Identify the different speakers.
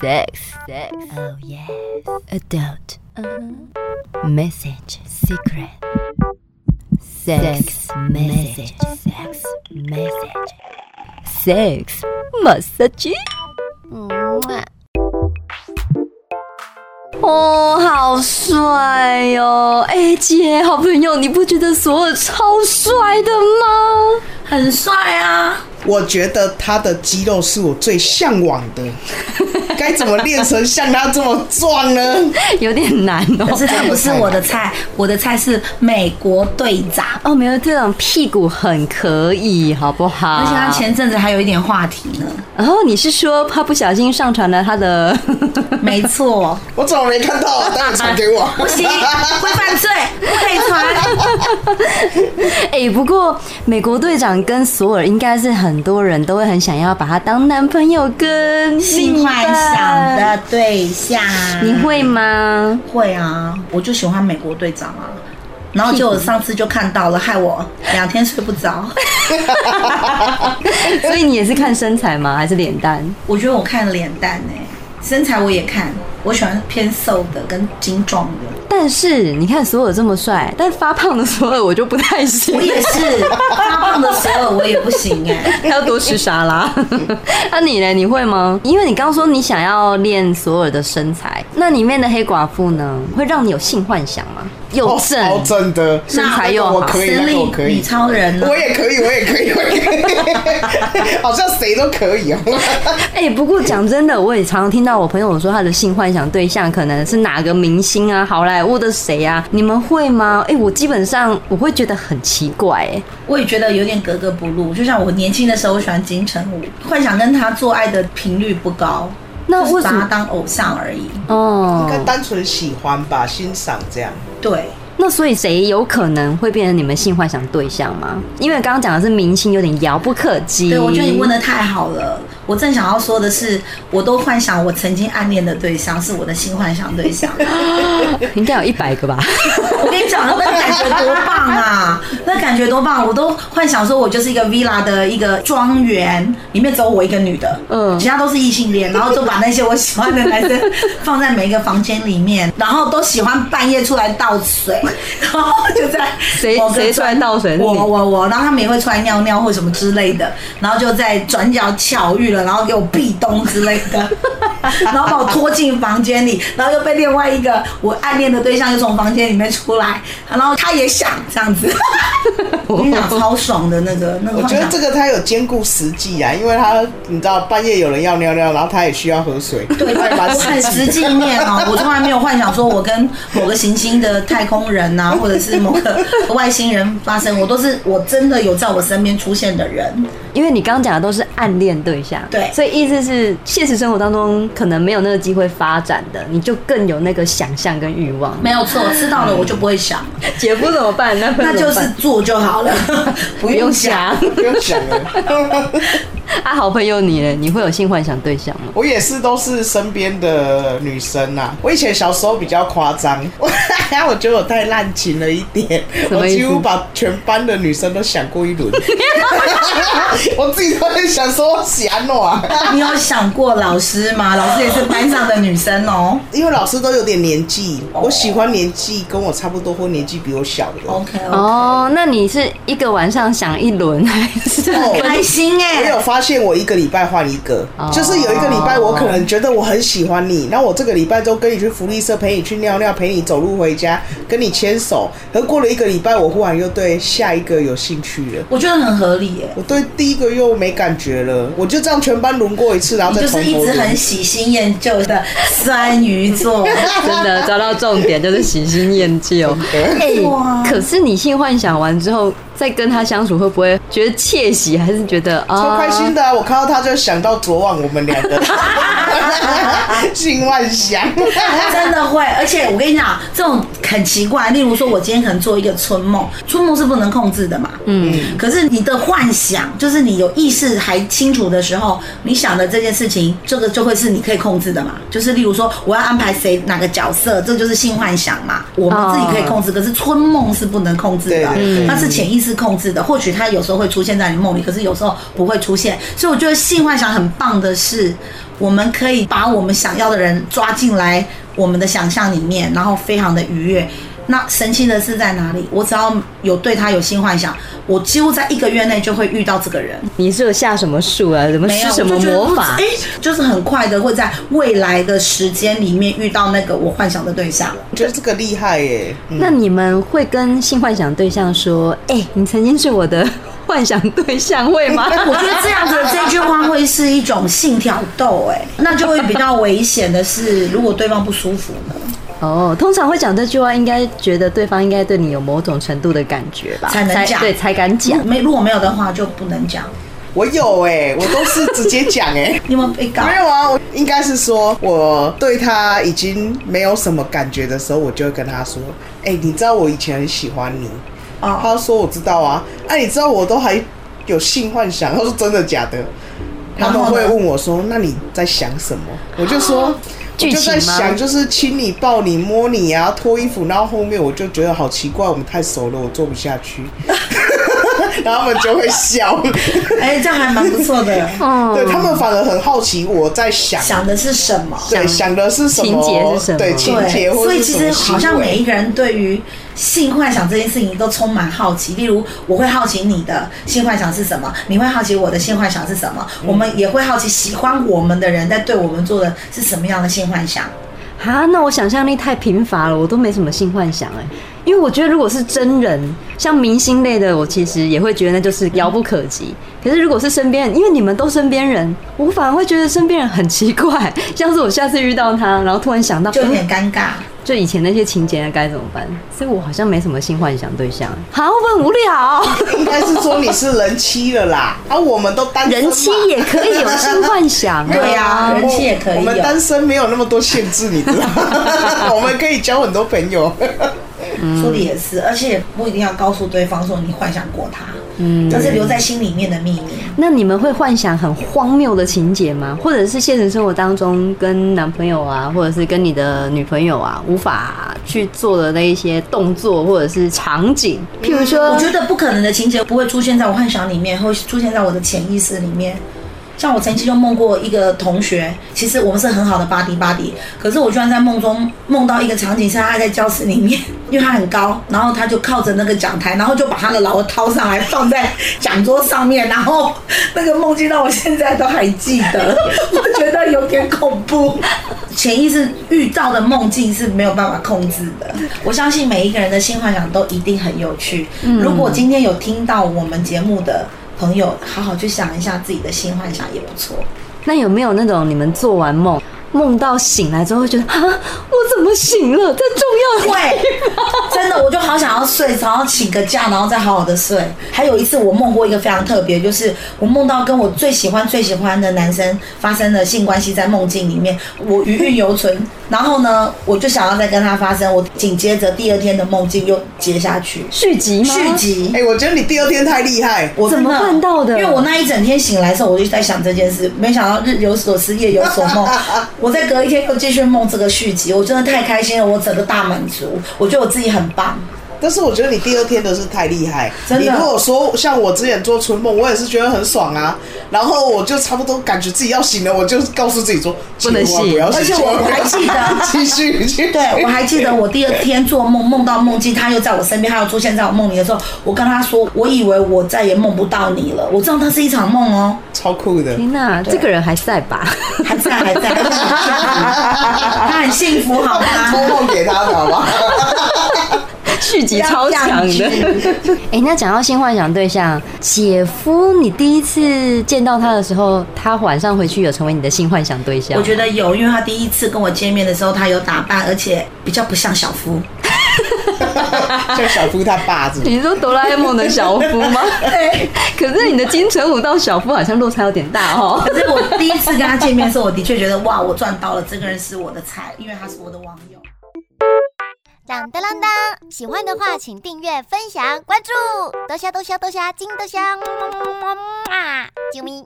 Speaker 1: Sex, sex, oh yes. Adult, message, secret. Sex, message, sex, message. Sex, massage. 哦，好帅哟、哦！哎，姐，好朋友，你不觉得索尔超帅的吗？
Speaker 2: 很帅啊！
Speaker 3: 我觉得他的肌肉是我最向往的，该怎么练成像他这么壮呢？
Speaker 1: 有点难哦。
Speaker 2: 可是这不是我的菜，我的菜是美国队长，
Speaker 1: 哦，没有这种屁股很可以，好不好？
Speaker 2: 而且
Speaker 3: 啊
Speaker 2: 他前阵子还有一点话题呢。
Speaker 1: 然后、哦、你是说他不小心上传了他 的
Speaker 2: 没 错，
Speaker 3: 我怎么没看到？啊待会传给我。
Speaker 2: 不行，会犯罪，不可以传。
Speaker 1: 哎、不过美国队长跟索尔应该是很多人都会很想要把他当男朋友跟
Speaker 2: 性幻想的对象，
Speaker 1: 另一半，你会吗？
Speaker 2: 会啊？我就喜欢美国队长啊。然后就我上次就看到了，害我两天睡不 着。
Speaker 1: 所以你也是看身材吗？还是脸蛋？
Speaker 2: 我觉得我看脸蛋呢、身材我也看，我喜欢偏瘦的跟精壮 的。
Speaker 1: 但是你看索尔这么帅，但发胖的索尔我就不太行
Speaker 2: 我。也是发胖的时候我也不行哎、
Speaker 1: 还 要多吃沙拉。那、你呢？你会吗？因为你刚说你想要练索尔的身材，那里面的黑寡妇呢，会让你有性幻想吗？又
Speaker 3: 哦
Speaker 1: 正，
Speaker 3: 超正的，
Speaker 1: 身材又好
Speaker 3: 我可以，
Speaker 2: 实
Speaker 3: 那个
Speaker 2: 力
Speaker 3: 我可
Speaker 2: 女
Speaker 3: 以，
Speaker 2: 超人啊呢
Speaker 3: 我？也可以，我也可以，我也可以，好 像谁都可以哦。
Speaker 1: 哎、不过讲真的，我也常常听到我朋友说他的性幻想对象可能是哪个明星啊、好莱坞的谁啊，你们会吗？哎、我基本上我会觉得很奇怪、哎，
Speaker 2: 我也觉得有点格格不入。就像我年轻的时候，我喜欢金城武，幻想跟他做爱的频率不高，
Speaker 1: 那
Speaker 2: 就是
Speaker 1: 为什
Speaker 2: 把他
Speaker 1: 么？
Speaker 2: 当偶像而已。
Speaker 1: 哦
Speaker 3: 应，该单纯喜欢吧，欣赏这样。
Speaker 2: 对，
Speaker 1: 那所以谁有可能会变成你们性幻想对象吗？因为刚刚讲的是明星，有点遥不可及。
Speaker 2: 对我觉得你问的太好了。我正想要说的是，我都幻想我曾经暗恋的对象是我的性幻想对象。
Speaker 1: 应该有一百个吧？
Speaker 2: 我跟你讲，那个感觉多棒啊！那感觉多棒，我都幻想说我就是一个 villa 的一个庄园，里面只有我一个女的，
Speaker 1: 嗯
Speaker 2: 嗯，其他都是异性恋，然后就把那些我喜欢的男生放在每一个房间里面，然后都喜欢半夜出来倒水，然后就在
Speaker 1: 谁
Speaker 2: 某个
Speaker 1: 谁出来倒水是你
Speaker 2: 我我我，然后他们也会出来尿尿或什么之类的，然后就在转角巧遇了，然后给我壁咚之类的，然后把我拖进房间里，然后又被另外一个我暗恋的对象又从房间里面出来，然后他也想这样子，我跟你讲超爽的那个那个
Speaker 3: 我
Speaker 2: 幻
Speaker 3: 觉
Speaker 2: 想，
Speaker 3: 得这个他有兼顾实际啊，因为他你知道半夜有人要尿尿，然后他也需要喝水，
Speaker 2: 对，
Speaker 3: 他也蛮
Speaker 2: 我很
Speaker 3: 实
Speaker 2: 实
Speaker 3: 际。
Speaker 2: 际面哦，我从来没有幻想说我跟某个行星的太空人呐、或者是某个外星人发生，我都是我真的有在我身边出现的人。
Speaker 1: 因为你刚刚讲的都是暗恋对象，
Speaker 2: 对
Speaker 1: 所以意思是现实生活当中可能没有那个机会发展的，你就更有那个想象跟欲望。
Speaker 2: 没有错，我知道了，我就不会想，
Speaker 1: 姐夫怎么办？那
Speaker 2: 那就是做就好了，不
Speaker 1: 不
Speaker 2: 用
Speaker 1: 用
Speaker 2: 想。
Speaker 1: 想。
Speaker 3: 不用想了，
Speaker 1: 啊，好朋友你呢？你会有性幻想对象吗？
Speaker 3: 我也是都是身边的女生啊。我以前小时候比较夸张， 我我觉得我太滥情了一点，
Speaker 1: 什
Speaker 3: 我
Speaker 1: 么意思
Speaker 3: 几乎把全班的女生都想过 一轮，我自己都在想说我喜欢我啊。
Speaker 2: 你有想过老师吗？老师也是班上的女生哦。
Speaker 3: 因为老师都有点年纪，我喜欢年纪跟我差不多或年纪比我小的。
Speaker 2: OK，
Speaker 1: 哦，那你是一个晚上想一轮，还是欸
Speaker 3: 哦
Speaker 2: 开心哎、
Speaker 3: 我有发现，我一个礼拜换一个
Speaker 1: 哦，
Speaker 3: 就是有一个礼拜我可能觉得我很喜欢你，那我这个礼拜都跟你去福利社陪你去尿尿，陪你走路回家，跟你牵手。可是过了一个礼拜，我忽然又对下一个有兴趣了。
Speaker 2: 我觉得很合理耶、
Speaker 3: 我对第一个又没感觉了，我就这样全班轮过一次，然后
Speaker 2: 你
Speaker 3: 再
Speaker 2: 就是
Speaker 3: 重
Speaker 2: 一
Speaker 3: 头
Speaker 2: 直很
Speaker 3: 轮。
Speaker 2: 喜新厌旧的酸鱼座，
Speaker 1: 真的抓到重点，就是喜新厌旧。哎
Speaker 2: 哇
Speaker 1: 可是你性幻想完之后，再跟他相处，会不会觉得窃喜，还是觉得啊，
Speaker 3: 超开心的啊、我看到他就想到昨晚我们两个 性幻想。
Speaker 2: 真的会。而且我跟你讲，这种很奇怪。例如说，我今天可能做一个春梦，春梦是不能控制的嘛，
Speaker 1: 嗯，
Speaker 2: 可是你的幻想，就是你有意识还清楚的时候，你想的这件事情，这个就会是你可以控制的嘛。就是例如说，我要安排谁哪个角色，这就是性幻想嘛，我们自己可以控制。可是春梦是不能控制的
Speaker 3: 对对对，
Speaker 2: 它是潜意识控制的。或许它有时候会出现在你梦里，可是有时候不会出现。所以我觉得性幻想很棒的是，我们可以把我们想要的人抓进来我们的想象里面，然后非常的愉悦。那神奇的是在哪里？我只要有对他有性幻想，我几乎在一个月内就会遇到这个人。
Speaker 1: 你是有下什么术啊？怎么
Speaker 2: 没有
Speaker 1: 施什么魔法
Speaker 2: 哎、？诶就是很快的会在未来的时间里面遇到那个我幻想的对象。
Speaker 3: 我觉得这个厉害耶、嗯
Speaker 1: 那你们会跟性幻想对象说：“哎、你曾经是我的幻想对象，会吗
Speaker 2: 哎我觉得这样子的这句话会是一种性挑逗、哎，那就会比较危险的是，如果对方不舒服呢，？”
Speaker 1: 哦，通常会讲这句话，应该觉得对方应该对你有某种程度的感觉吧，
Speaker 2: 才能讲
Speaker 1: 对啊才敢讲。
Speaker 2: 没如果没有的话就不能讲。
Speaker 3: 我有哎、我都是直接讲哎、
Speaker 2: 你有没有被告？
Speaker 3: 没有啊，我应该是说我对他已经没有什么感觉的时候，我就会跟他说：“哎、你知道我以前很喜欢你。”
Speaker 2: 哦，
Speaker 3: 他说：“我知道啊。”哎，你知道我都还有性幻想？他说：“真的假的？”他
Speaker 2: 然后
Speaker 3: 们
Speaker 2: 呢
Speaker 3: 会问我说：“那你在想什么？”我就说：“我
Speaker 1: 哦剧
Speaker 3: 就
Speaker 1: 情
Speaker 3: 在
Speaker 1: 吗
Speaker 3: 想，就是亲你、抱你、摸你啊，脱衣服。”然后后面我就觉得好奇怪，我们太熟了，我做不 下去。然后他们就会笑，
Speaker 2: 哎、这样还蛮不错 的。
Speaker 1: 哦
Speaker 3: 对他们反而很好奇我在想
Speaker 2: 想的是什么？
Speaker 3: 对，想的是什么？
Speaker 1: 情节是什么
Speaker 3: 对，情节或
Speaker 2: 所以
Speaker 3: 是
Speaker 2: 其
Speaker 3: 什
Speaker 2: 实
Speaker 3: 么
Speaker 2: 好像
Speaker 3: 行为
Speaker 2: 每一个人对于性幻想这件事情都充满好奇。例如，我会好奇你的性幻想是什么，你会好奇我的性幻想是什么，
Speaker 3: 嗯
Speaker 2: 我们也会好奇喜欢我们的人在对我们做的是什么样的性幻想。
Speaker 1: 啊，那我想象力太贫乏了，我都没什么性幻想哎、因为我觉得如果是真人，像明星类的，我其实也会觉得那就是遥不可及。可是如果是身边人，因为你们都身边人，我反而会觉得身边人很奇怪。像是我下次遇到他，然后突然想到，
Speaker 2: 就有
Speaker 1: 嗯
Speaker 2: 点尴尬。
Speaker 1: 就以前那些情节该怎么办？所以我好像没什么性幻想对象，好，我很无聊。
Speaker 3: 应该是说你是人妻了啦，啊，我们都单身 嘛
Speaker 1: 人妻也可以有性幻想、啊
Speaker 2: 对啊呀人妻也可以有哦
Speaker 3: 我们单身没有那么多限制，你知 道吗？我们可以交很多朋友。
Speaker 2: 说的也是，而且不一定要告诉对方说你幻想过他，
Speaker 1: 嗯
Speaker 2: 这是留在心里面的秘密。
Speaker 1: 那你们会幻想很荒谬的情节吗？或者是现实生活当中跟男朋友啊，或者是跟你的女朋友啊，无法去做的那一些动作或者是场景，譬如说
Speaker 2: 我，觉得不可能的情节不会出现在我幻想里面，会出现在我的潜意识里面。像我曾经就梦过一个同学，其实我们是很好的 buddy buddy，可是我居然在梦中梦到一个场景是他在教室里面，因为他很高，然后他就靠着那个讲台，然后就把他的老二掏上来放在讲桌上面，然后那个梦境到我现在都还记得， 我觉得有点恐怖。潜意识遇到的梦境是没有办法控制的。我相信每一个人的性幻想都一定很有趣。如果今天有听到我们节目的朋友，好好去想一下自己的性幻想也不错。
Speaker 1: 那有没有那种你们做完梦，梦到醒来之后会觉得啊，我怎么醒了？这重要的
Speaker 2: 会，真的，我就好想要睡，然后请个假，然后再好好的睡。还有一次，我梦过一个非常特别，就是我梦到跟我最喜欢最喜欢的男生发生了性关系，在梦境里面，我余韵犹存。然后呢，我就想要再跟他发生，我紧接着第二天的梦境又接下去，
Speaker 1: 续集吗？
Speaker 2: 续集。
Speaker 3: 哎、我觉得你第二天太厉害，
Speaker 2: 我
Speaker 1: 哎怎么
Speaker 2: 真
Speaker 1: 办到的
Speaker 2: 因为我那一整天醒来的时候，我就在想这件事，没想到日有所思，夜有所 梦。我在隔一天又继续梦这个续集，我真的太开心了，我整个大满足，我觉得我自己很棒。
Speaker 3: 但是我觉得你第二天的是太厉害。
Speaker 2: 真的
Speaker 3: 你如果说像我之前做春梦，我也是觉得很爽啊，然后我就差不多感觉自己要醒了，我就告诉自己说，
Speaker 1: 不能
Speaker 3: 千万不要
Speaker 2: 而且
Speaker 3: 醒，
Speaker 2: 我我还记得
Speaker 3: 继续继续。
Speaker 2: 对，我还记得我第二天做梦，梦到梦境，他又在我身边，他又出现在我梦里的时候，我跟他说，我以为我再也梦不到你了，我知道那是一场梦哦，
Speaker 3: 超酷的。
Speaker 1: 天哪、哎这个人还在吧？
Speaker 2: 还在还在，他很幸福，好吗？
Speaker 3: 托梦给他的好吗？
Speaker 1: 续集超强的。哎、那讲到性幻想对象，姐夫，你第一次见到他的时候，他晚上回去有成为你的性幻想对象？
Speaker 2: 我觉得有，因为他第一次跟我见面的时候，他有打扮，而且比较不像小夫。
Speaker 3: 像小夫他爸子，
Speaker 1: 你说哆啦 A 梦的小夫吗？对。 可是你的金城武到小夫好像落差有点大哦。
Speaker 2: 可是我第一次跟他见面的时候，我的确觉得哇，我赚到了，这个人是我的菜，因为他是我的网友。
Speaker 4: 当当当当！喜欢的话，请订阅、分享、关注，多虾多虾多虾，金多虾，么么么么么啊！啾咪。